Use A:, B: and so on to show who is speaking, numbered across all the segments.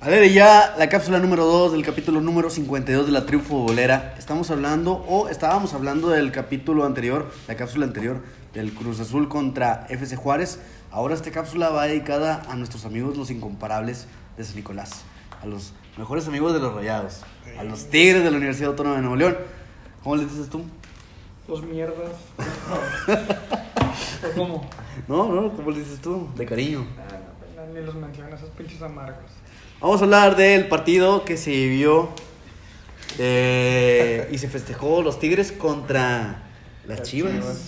A: A ver, y ya la cápsula número 2 del capítulo número 52 de la tribu futbolera. Estamos hablando, o estábamos hablando del capítulo anterior, la cápsula anterior del Cruz Azul contra FC Juárez. Ahora esta cápsula va dedicada a nuestros amigos los incomparables de San Nicolás, a los mejores amigos de los rayados, a los tigres de la Universidad Autónoma de Nuevo León. ¿Cómo les dices tú?
B: Los mierdas. ¿O cómo? Ah,
A: No, no, ¿cómo le dices tú? De cariño.
B: Ni los mencionas, esos pinches amargos.
A: Vamos a hablar del partido que se vivió eh, y se festejó los Tigres contra las
C: Las
A: Chivas.
C: Chivas.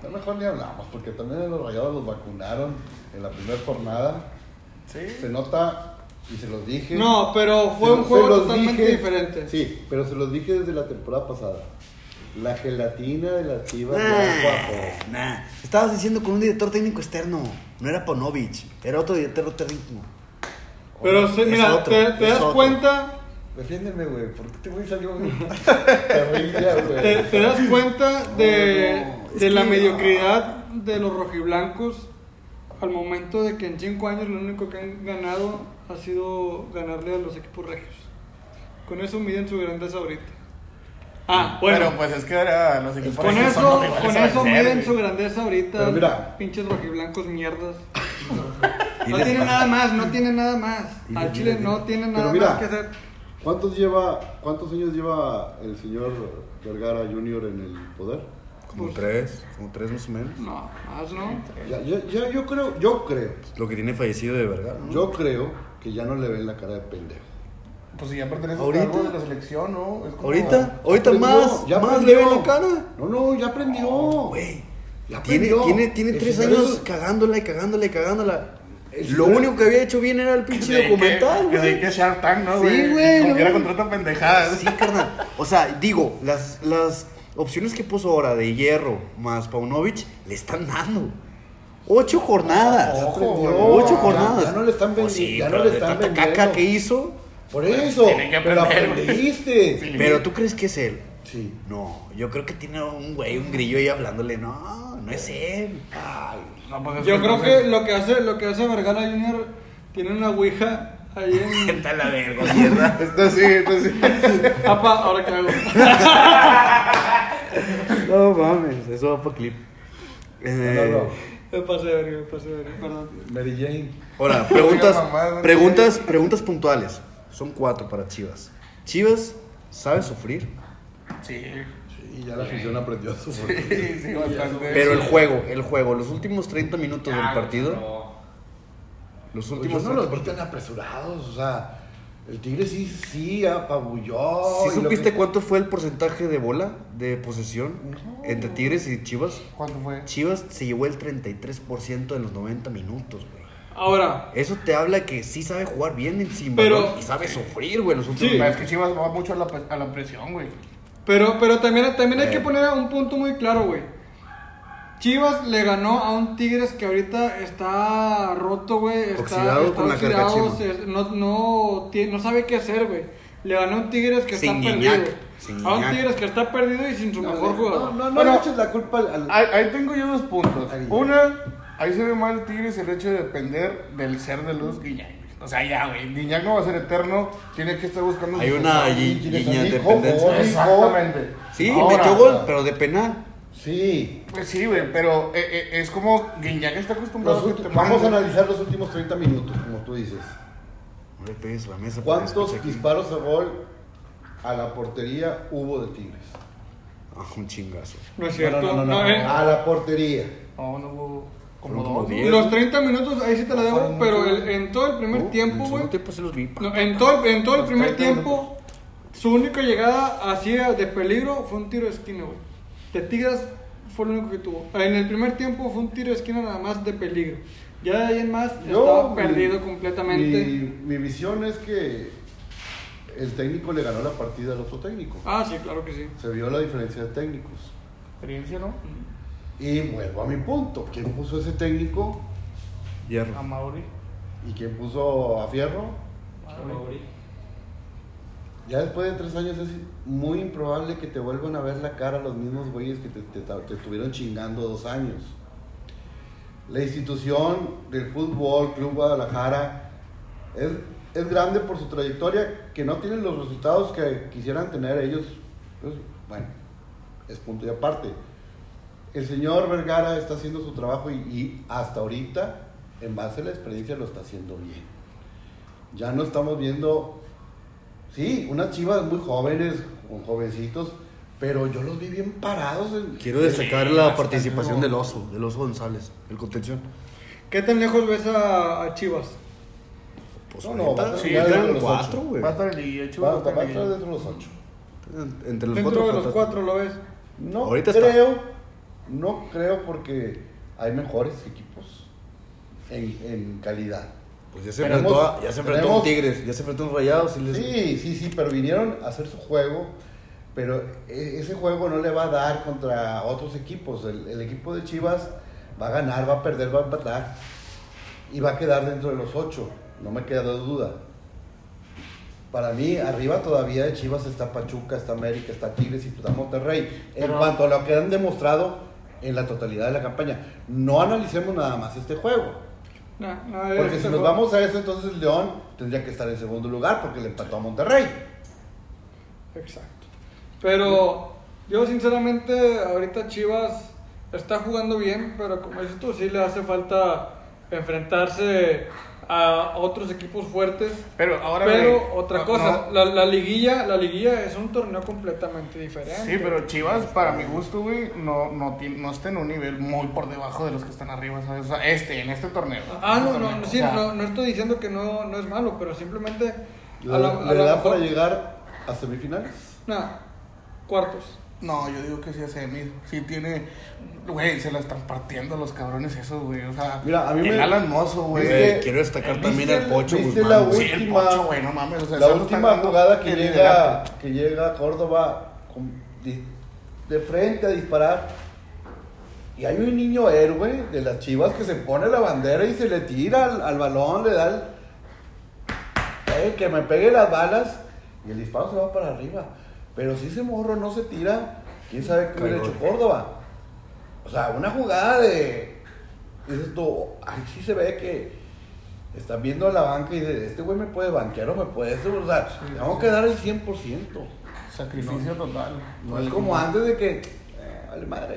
C: A lo mejor ni hablamos, porque también los rayados los vacunaron en la primera jornada. Se nota, y se los dije.
B: No, pero fue
C: Se-
B: un
C: se
B: juego
C: los
B: totalmente
C: dije-
B: diferente.
C: Sí, pero se los dije desde la temporada pasada. La gelatina de las chivas
B: Ah.
C: ya
A: Nah,
C: cuajó.
A: nah. Estabas diciendo con un director técnico externo. No era Ponovich, era otro director técnico.
B: Pero sí,
A: Es
B: mira,
A: otro,
B: te, te
A: es
B: das
A: otro.
B: cuenta,
C: Defiéndeme, güey, ¿por qué te voy salió terrible,
B: te,
C: güey?
B: te das cuenta de,
A: No, no,
B: de
A: es
B: la
A: que-
B: mediocridad de los rojiblancos al momento de que en cinco años lo único que han ganado ha sido ganarle a los equipos regios. Con eso miden su grandeza ahorita. Ah, bueno.
D: Pero pues es que era los equipos
B: Con
D: que
B: eso,
D: son los rivales
B: con
D: a
B: eso
D: vencer,
B: miden
D: güey.
B: su grandeza ahorita.
C: Pero mira.
B: Pinches rojiblancos mierdas. No
A: Diles-
B: tiene nada más, no tiene nada más.
A: Diles,
B: Al Chile
A: diles,
B: no tiene
C: Pero
B: nada
C: mira.
B: más que hacer.
C: ¿Cuántos, lleva, ¿Cuántos años lleva el señor Vergara Jr. en el poder?
A: Como
B: Pues,
A: tres, como tres más o menos.
B: No, más no.
C: Ya, ya- ya- yo creo, yo creo,
A: Lo que tiene fallecido de Vergara. ¿no?
C: yo creo que ya no le ven la cara de pendejo.
D: Pues si ya pertenece
A: Ahorita.
D: a algo de la selección, ¿no? Es como-
A: Ahorita, ahorita
C: aprendió,
A: más,
C: ya
A: más le
C: aprendió.
A: ven la cara.
C: No, no, ya aprendió.
A: Güey,
C: Ya
A: tiene,
C: aprendió.
A: tiene, tiene
C: El
A: tres
C: señor
A: años
C: es-
A: cagándola y cagándola y cagándola.
C: El
A: Lo
C: señor-
A: único que había hecho bien era el
D: Que
A: pinche
D: se dedique-
A: documental,
D: Que se
A: güey.
D: dedique a Shark Tank, ¿no,
A: Sí,
D: güey?
A: güey,
D: Como
A: no.
D: quiera contrata pendejadas.
A: Sí, carnal. O sea, digo, las, las opciones que puso ahora de Hierro más Paunovic le están dando. Ocho jornadas.
C: Ojo,
A: Ocho
C: ya-
A: jornadas.
C: ya no le están vendi-
A: Pues sí,
C: ya no
A: pero
C: le
A: de
C: están
A: tanta caca
C: vendiendo.
A: que hizo.
C: Por eso,
D: Pues Tiene que
C: pero
D: aprender, güey.
C: aprendiste.
D: Sí.
A: Pero tú crees que es él.
C: Sí.
A: No, yo creo que tiene un güey, un grillo ahí hablándole. No, no es él.
D: No, pues, es
B: Yo creo
D: entonces-
B: que lo que hace, lo que hace Vergara Junior tiene una ouija ahí en.
A: Está la verga, mierda.
D: Esto sí, esto sí.
B: Apa, ahora que hago.
A: No mames, eso va para clip.
C: No, no,
A: Eh,
C: no.
B: Me pasé de verga, me pasé de verga, perdón.
C: Mary Jane.
A: Ahora, preguntas,
D: Diga mamadas, güey.
A: preguntas, preguntas puntuales. Son cuatro para Chivas. Chivas sabe sufrir,
D: Sí.
C: Sí, ya la afición aprendió a su
D: Sí, sí, bastante.
A: pero el juego, el juego, los últimos 30 minutos del
D: Ah,
A: partido,
D: no.
A: los
C: Pues
A: últimos
C: yo no los
A: 30
C: vi tan apesurados, o sea, el Tigre sí, sí, apabulló.
A: ¿Sí
C: y lo
A: supiste
C: que-
A: cuánto fue el porcentaje de bola de posesión entre Tigres y Chivas?
D: ¿Cuánto fue?
A: Chivas se llevó el 33% en los 90 minutos, güey.
B: Ahora,
A: Eso te habla que sí sabe jugar bien encima
B: Pero-
A: y sabe sufrir, güey, los últimos
B: Sí.
D: Pero Es que Chivas va mucho a la, a la presión, güey.
B: pero, pero también, también hay
A: Eh.
B: que poner un punto muy claro, güey. Chivas le ganó a un Tigres que ahorita está roto, güey. Está,
A: Oxidado
B: está
A: con la
B: oxidado,
A: carcachima.
B: se- no, no, tie- no sabe qué hacer, güey. Le ganó a un Tigres que
A: Sin
B: está
A: Guiñac,
B: perdido.
A: sin
B: a un
A: Guiñac.
B: Tigres que está perdido y sin su
C: No,
B: mejor jugador.
C: no, no, no
D: Bueno,
C: le eches la culpa al.
A: Ah,
D: Ahí, ahí tengo yo dos puntos.
C: Ahí.
D: Una, ahí se ve mal Tigres el hecho de depender del ser de luz Guiñac. güey. O sea, ya, güey. Guiñac no va a ser eterno. Tiene que estar buscando.
A: Hay
D: su-
A: una
C: Sí,
A: gui-
C: tienes
A: guiña
C: ahí,
A: dependencia.
C: ¿cómo?
D: Exactamente.
A: Sí,
D: Ahora,
A: metió gol, pero de penal.
C: Sí.
D: Pues sí, güey, pero eh, eh, es como Guiñac está acostumbrado
C: Los
D: que
C: ulti-
D: te
C: vamos a
D: manden-
C: analizar los últimos 30 minutos, como tú dices.
A: No le pegues la mesa. porque escucha
C: ¿Cuántos
A: aquí.
C: disparos a gol a la portería hubo de Tigres?
A: Ah, un chingazo.
B: No es cierto.
D: No, no, no, no.
B: No, eh,
C: A la portería.
D: No, no hubo como
A: Fueron como
D: dos.
A: diez.
D: güey.
A: Bien.
B: Los 30 minutos, ahí sí te la debo,
D: Pasaron
B: pero
D: mucho.
B: el- en todo el primer
A: No, Uh, en
B: tiempo,
A: el
B: güey.
A: segundo tiempo se los vi.
B: no, en, todo, en todo el
D: Los
B: primer
D: 30
B: tiempo, su única llegada hacia de peligro fue un tiro de esquina, güey. De Tigres fue lo único que tuvo. Ah, En el primer tiempo fue un tiro de esquina nada más de peligro. Ya de ahí en más estaba
C: mi-
B: perdido completamente.
C: Mi, mi visión es que el técnico le ganó la partida al otro técnico.
B: Ah, sí, claro que sí.
C: Se vio la diferencia de técnicos.
D: Experiencia, ¿no?
C: Y vuelvo a mi punto. ¿Quién puso ese técnico?
D: A
A: Hierro.
D: Mauri.
C: ¿Y quién puso a Fierro? Ya después de tres años es muy improbable que te vuelvan a ver la cara los mismos güeyes que te, te- te estuvieron chingando dos años. La institución del fútbol, Club Guadalajara, es es grande por su trayectoria, que no tienen los resultados que quisieran tener ellos. Pues, bueno, es punto y aparte. El señor Vergara está haciendo su trabajo y, y hasta ahorita, en base a la experiencia, lo está haciendo bien. Ya no estamos viendo, sí, unas chivas muy jóvenes, con jovencitos, pero yo los vi bien parados. en-
A: Quiero destacar
D: Sí,
A: la
D: bastante,
A: participación
D: ¿no?
A: del oso, del oso González, el contención.
B: ¿Qué tan lejos ves a, a Chivas?
A: Pues
C: No, no,
A: ahorita
C: va a
A: sí,
C: terminar
A: quedan
C: entre los
A: cuatro,
C: ocho.
A: güey.
D: Va a estar el 18.
C: Va,
D: va a estar
C: va a
D: el
C: estar
D: 18.
C: dentro de los ocho.
A: Entre los
B: Dentro
A: cuatro.
B: de los
A: fantástico.
B: cuatro lo ves.
C: No
A: Ahorita está.
C: creo, no creo porque hay mejores equipos en, en calidad.
A: Pues ya se
C: Tenemos-
A: enfrentó, a, ya se enfrentó a un
C: tenemos-
A: Tigres, ya se enfrentó a un Rayados y les...
C: Sí, sí, sí, pero vinieron a hacer su juego, pero e- ese juego no le va a dar contra otros equipos. El, el equipo de Chivas va a ganar, va a perder, va a empatar y va a quedar dentro de los ocho, no me queda duda. Para mí, arriba todavía de Chivas está Pachuca, está América, está Tigres y está Monterrey.
D: Pero-
C: En cuanto a lo que han demostrado en la totalidad de la campaña, no analicemos nada más este juego.
B: Nah, nada de
C: Porque
B: eso,
C: si nos
B: ¿no?
C: vamos a eso, entonces León tendría que estar en segundo lugar porque le empató a Monterrey.
B: Exacto. Pero yo sinceramente ahorita Chivas está jugando bien, pero como dices tú, sí le hace falta enfrentarse a otros equipos fuertes.
D: Pero ahora. güey,
B: Pero otra
D: no-
B: cosa,
D: no-
B: la, la liguilla, la liguilla es un torneo completamente diferente.
D: Sí, pero Chivas, para mi gusto, güey, no, no, tiene- no está en un nivel muy por debajo de los que están arriba, ¿sabes? O sea, este, en este torneo.
B: Ah, no,
D: Este
B: no,
D: torneo,
B: no,
D: o
B: sí,
D: sea,
B: no, no estoy diciendo que no, no es malo, pero simplemente
C: Le, le da para llegar a semifinales.
B: Nada, cuartos.
D: No, yo digo que sí hace mí. Sí tiene. Güey, se la están partiendo los cabrones esos, güey. O sea,
C: Mira, a mí
D: el
C: me-
D: Alan Mozo, güey.
A: Güey,
C: Es que-
A: quiero destacar
D: ¿viste
A: también al
C: el-
A: Pocho
C: viste
A: Guzmán.
C: la
A: güey.
D: Sí, el
C: última-
D: Pocho, güey, no mames. O
C: La
D: sea, se lo están
C: última
D: dando
C: jugada que
D: el
C: llega,
D: liderato.
C: que llega a Córdoba con- de, de frente a disparar. Y hay un niño héroe de las chivas que se pone la bandera y se le tira al, al balón, le da el. "Eh, que me pegue las balas. Y el disparo se va para arriba. Pero si ese morro no se tira, quién sabe qué hubiera
A: Caigón.
C: hecho Córdoba. O sea, una jugada de. Dices tú, ay, sí se ve que están viendo a la banca y dices, este güey me puede banquear o me puede. esto", O sea, tengo que dar el 100%.
D: Sacrificio total.
C: No es como antes de que. eh, vale madre.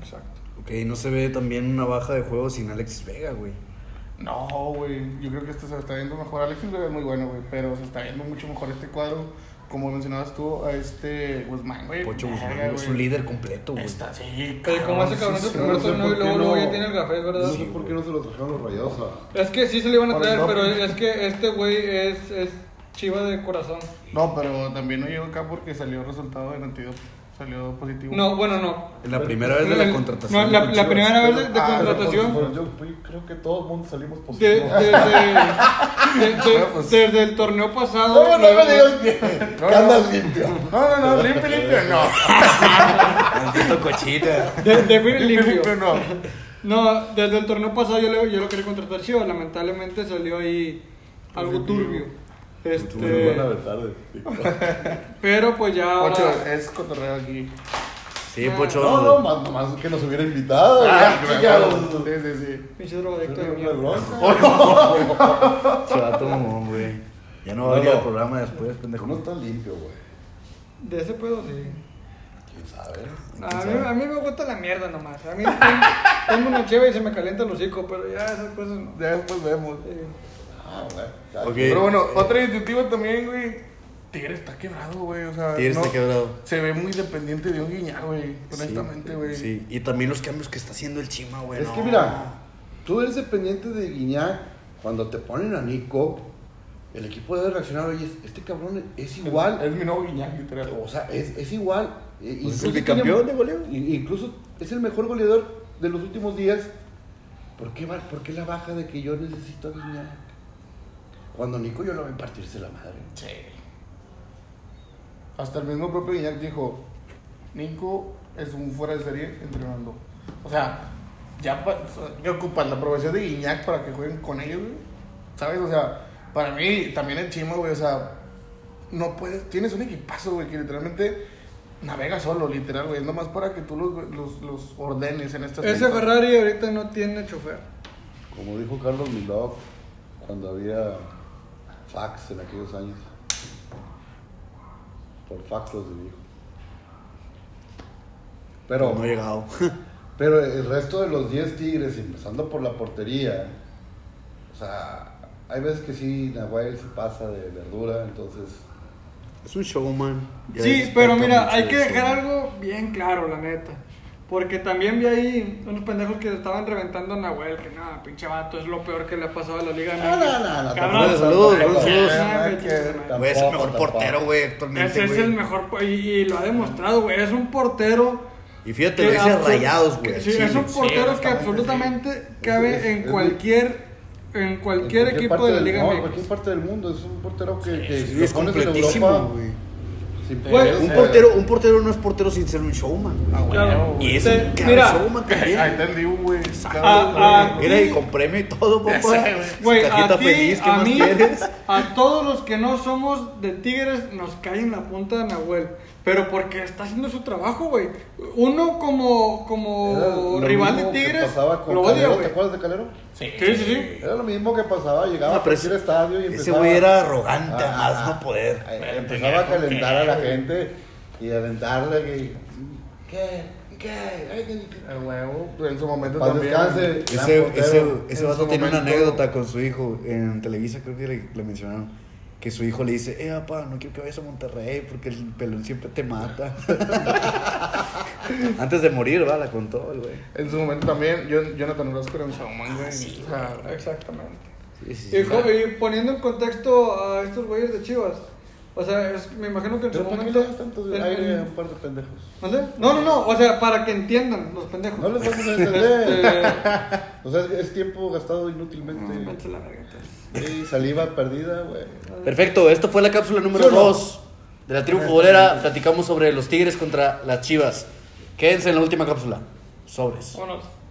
B: Exacto.
A: Ok, no se ve también una baja de juego sin Alexis Vega, güey.
D: No, güey. Yo creo que este se está viendo mejor. Alexis Vega es muy bueno, güey. Pero se está viendo mucho mejor este cuadro. Como mencionabas tú, a este Guzmán, güey.
A: Pocho
D: Verga,
A: Guzmán, güey, es un
D: güey.
A: líder completo, güey.
D: Está, sí.
B: Oye, como ese cabrón
D: Ah, sí,
B: su
D: sí.
B: primer
C: no sé
B: torneo y
C: por qué
B: luego, luego ya
C: no.
B: tiene el café, ¿verdad?
C: No
A: Sí,
C: sé por qué
A: güey.
C: no se lo trajeron los rayados a.
B: Es que sí se le iban a
D: Por el
B: traer, pero
D: doping.
B: es que este güey es, es chiva de corazón.
D: No, pero también no llegó acá porque salió resultado del antídoto. Salió positivo.
B: No, bueno, no.
A: La primera vez de la
B: El-
A: contratación.
B: no, la-
A: de
B: la
A: Chivas.
B: primera vez de- de
C: Ah, pero
B: contratación.
C: por- por- yo- yo creo que todos mundo salimos
B: De-
C: positivos.
B: Desde, de- de-
D: Ah, pues.
B: desde el torneo pasado.
C: No, no me
B: luego-
C: digas que, que andas limpio.
D: No, no, no, limpio, limpio, no.
A: Maldito cochita.
B: de- de fin
D: Limpio,
B: limpio.
D: limpio, no.
B: No, desde el torneo pasado yo, le- yo lo quería contratar Chivas. Lamentablemente salió ahí algo
D: Positivo.
B: turbio.
C: Bueno,
B: Este,
C: buena de tarde.
B: pero pues ya. ahora-
D: Ocho, es cotorreo aquí.
A: Sí,
B: Ah.
A: Pocho.
C: No, no, más, más que nos hubiera invitado.
D: Ah,
C: Oh, ya,
D: claro.
C: chicos.
D: Sí, sí, sí.
B: Pinche drogadicto de mierda.
A: Se va a tu mamón, güey. Ya no va
C: No,
A: a ir
C: no.
A: al programa después, pendejo.
C: No está limpio, güey.
B: De ese pedo sí.
C: ¿Quién sabe?
B: A mí, a mí me gusta la mierda nomás. A mí tengo, tengo una chévere y se me calienta el hocico, pero ya esas cosas no.
D: Ya después vemos.
B: Eh,
C: Ah, güey. Ya.
A: Ok.
D: Pero bueno, otro distintivo también, güey. Tigre está quebrado, güey. O sea,
A: Tigres
D: no-
A: está quebrado.
D: Se ve muy dependiente de un guiñar, güey.
A: Sí,
D: Honestamente, güey.
A: Sí, y también los cambios que está haciendo el Chima, güey.
C: Es que
A: no.
C: mira, tú eres dependiente de Guiñac. Cuando te ponen a Nico, el equipo debe reaccionar. Oye, este cabrón es igual.
D: Es mi nuevo guiñar, literal.
C: O sea, es, es igual. E-
A: Pues es
C: incluso
A: el
C: tiene-
A: bicampeón de goleo.
C: i- Incluso es el mejor goleador de los últimos días. ¿Por qué, va- por qué la baja de que yo necesito a Guiñac? Cuando Nico yo lo ven partirse la madre.
D: Sí. Hasta el mismo propio Guiñac dijo, Nico es un fuera de serie entrenando. O sea, ya pa- que ocupan la aprobación de Guiñac para que jueguen con ellos, güey. ¿Sabes? O sea, para mí también el Chima, güey, o sea, no puedes, tienes un equipazo, güey, que literalmente navega solo, literal, güey. Es nomás para que tú los, los, los ordenes en estas...
B: Ese Ferrari ahorita no tiene chofer.
C: Como dijo Carlos Milov, cuando había fax en aquellos años. Por fax los dirijo. Pero,
A: No he llegado.
C: pero el resto de los 10 Tigres, empezando por la portería, o sea, hay veces que sí, Nahuel se pasa de verdura, entonces
A: Es un showman. Ya
B: Sí,
A: ves,
B: pero
A: peca
B: mira,
A: mucho
B: hay
A: de
B: que
A: eso.
B: dejar algo bien claro, la neta. Porque también vi ahí unos pendejos que estaban reventando a Nahuel, que nada, pinche vato, es lo peor que le ha pasado a la Liga
C: No, no, no, no,
B: Cabrón,
C: tampoco,
A: saludos,
C: tampoco,
A: saludos.
C: no hay
B: Ah,
C: que-
B: pinche
A: Güey, es el
C: tampoco,
A: mejor
C: tampoco.
A: portero, güey, actualmente,
B: Ese es
A: güey.
B: el mejor, po- y, y lo ha demostrado, güey, es un portero...
A: Y fíjate, lo dice
B: absolut-
A: rayados, güey.
B: que-
A: al
B: Ah, pues, Sí,
A: chile.
B: es un
A: Sí,
B: portero que
A: bastante,
B: absolutamente
C: Es- es-
B: cabe en
C: es-
B: cualquier, en
C: En
B: cualquier equipo
C: parte
B: de la
C: del-
B: Liga
C: no, en
B: MX.
C: cualquier parte del mundo, es un portero que, que
A: sí.
C: si
A: Sí,
C: lo
A: es
C: pones en
A: completísimo,
C: Europa,
A: güey.
C: sin
D: Güey,
C: pedos,
A: Un
C: eh,
A: portero, un portero no es portero sin ser un showman. güey.
D: Ah, güey,
B: Claro.
D: güey.
A: Y es
B: Te-
A: un
B: mira,
A: cara showman también.
D: Ahí está el Dibu, güey.
B: ah,
D: Cabrón,
A: Mira, y con premio y todo,
D: Ya
A: papá.
D: sé, güey.
A: Su
B: Güey,
A: cajita
B: a ti,
A: feliz, ¿qué
B: a
A: más
B: mí,
A: quieres?
B: a todos los que no somos de Tigres nos cae en la punta de Nahuel. Pero porque está haciendo su trabajo, güey. Uno como,
C: era lo
B: como rival de
C: mismo que
B: Tigres
C: pasaba con
B: lo odia,
C: Calero, ¿Te
B: güey.
C: acuerdas de Calero?
D: Sí,
B: Sí, sí, sí.
C: Era lo mismo que pasaba, llegaba
A: No,
C: a
A: pero
C: cualquier
A: ese-
C: estadio y
A: Ese
C: empezaba,
A: güey era arrogante,
C: Ah,
A: a más no poder.
C: eh, empezaba a calentar a la gente y alentarle que ¿qué? ¿qué? Ay, que- que-
D: El huevo, pues, en su momento
C: Paz
D: también.
C: descanse. gran
A: Ese,
C: portero.
A: ese,
D: En
A: ese
D: su
A: vato tiene una
D: momento-
A: anécdota con su hijo. En Televisa creo que le, le mencionaron. Que su hijo le dice, eh, papá, no quiero que vayas a Monterrey porque el pelón siempre te mata. Antes de morir, va, la contó el güey.
D: En su momento también, yo- Jonathan Orozco era un showman, güey. o sea,
B: Exactamente.
A: Sí, sí, sí.
B: Y, jo- y poniendo en contexto a estos güeyes de Chivas. O sea, es- me imagino que en su
C: Pero ¿por qué
B: momento...
C: le das tanto
B: en-
C: aire a un
B: en-
C: par de pendejos?
B: ¿Mande? No, no, no. O sea, para que entiendan los pendejos.
C: No les vamos a entender.
B: Este,
C: O sea, es- es tiempo gastado inútilmente.
B: vete a la verga, entonces.
C: Sí, saliva perdida, güey.
A: Perfecto, esto fue la cápsula número
C: ¿Sí o no?
A: 2 de la tribu futbolera. Platicamos sobre los Tigres contra las Chivas. Quédense en la última cápsula. Sobres.
B: Vámonos.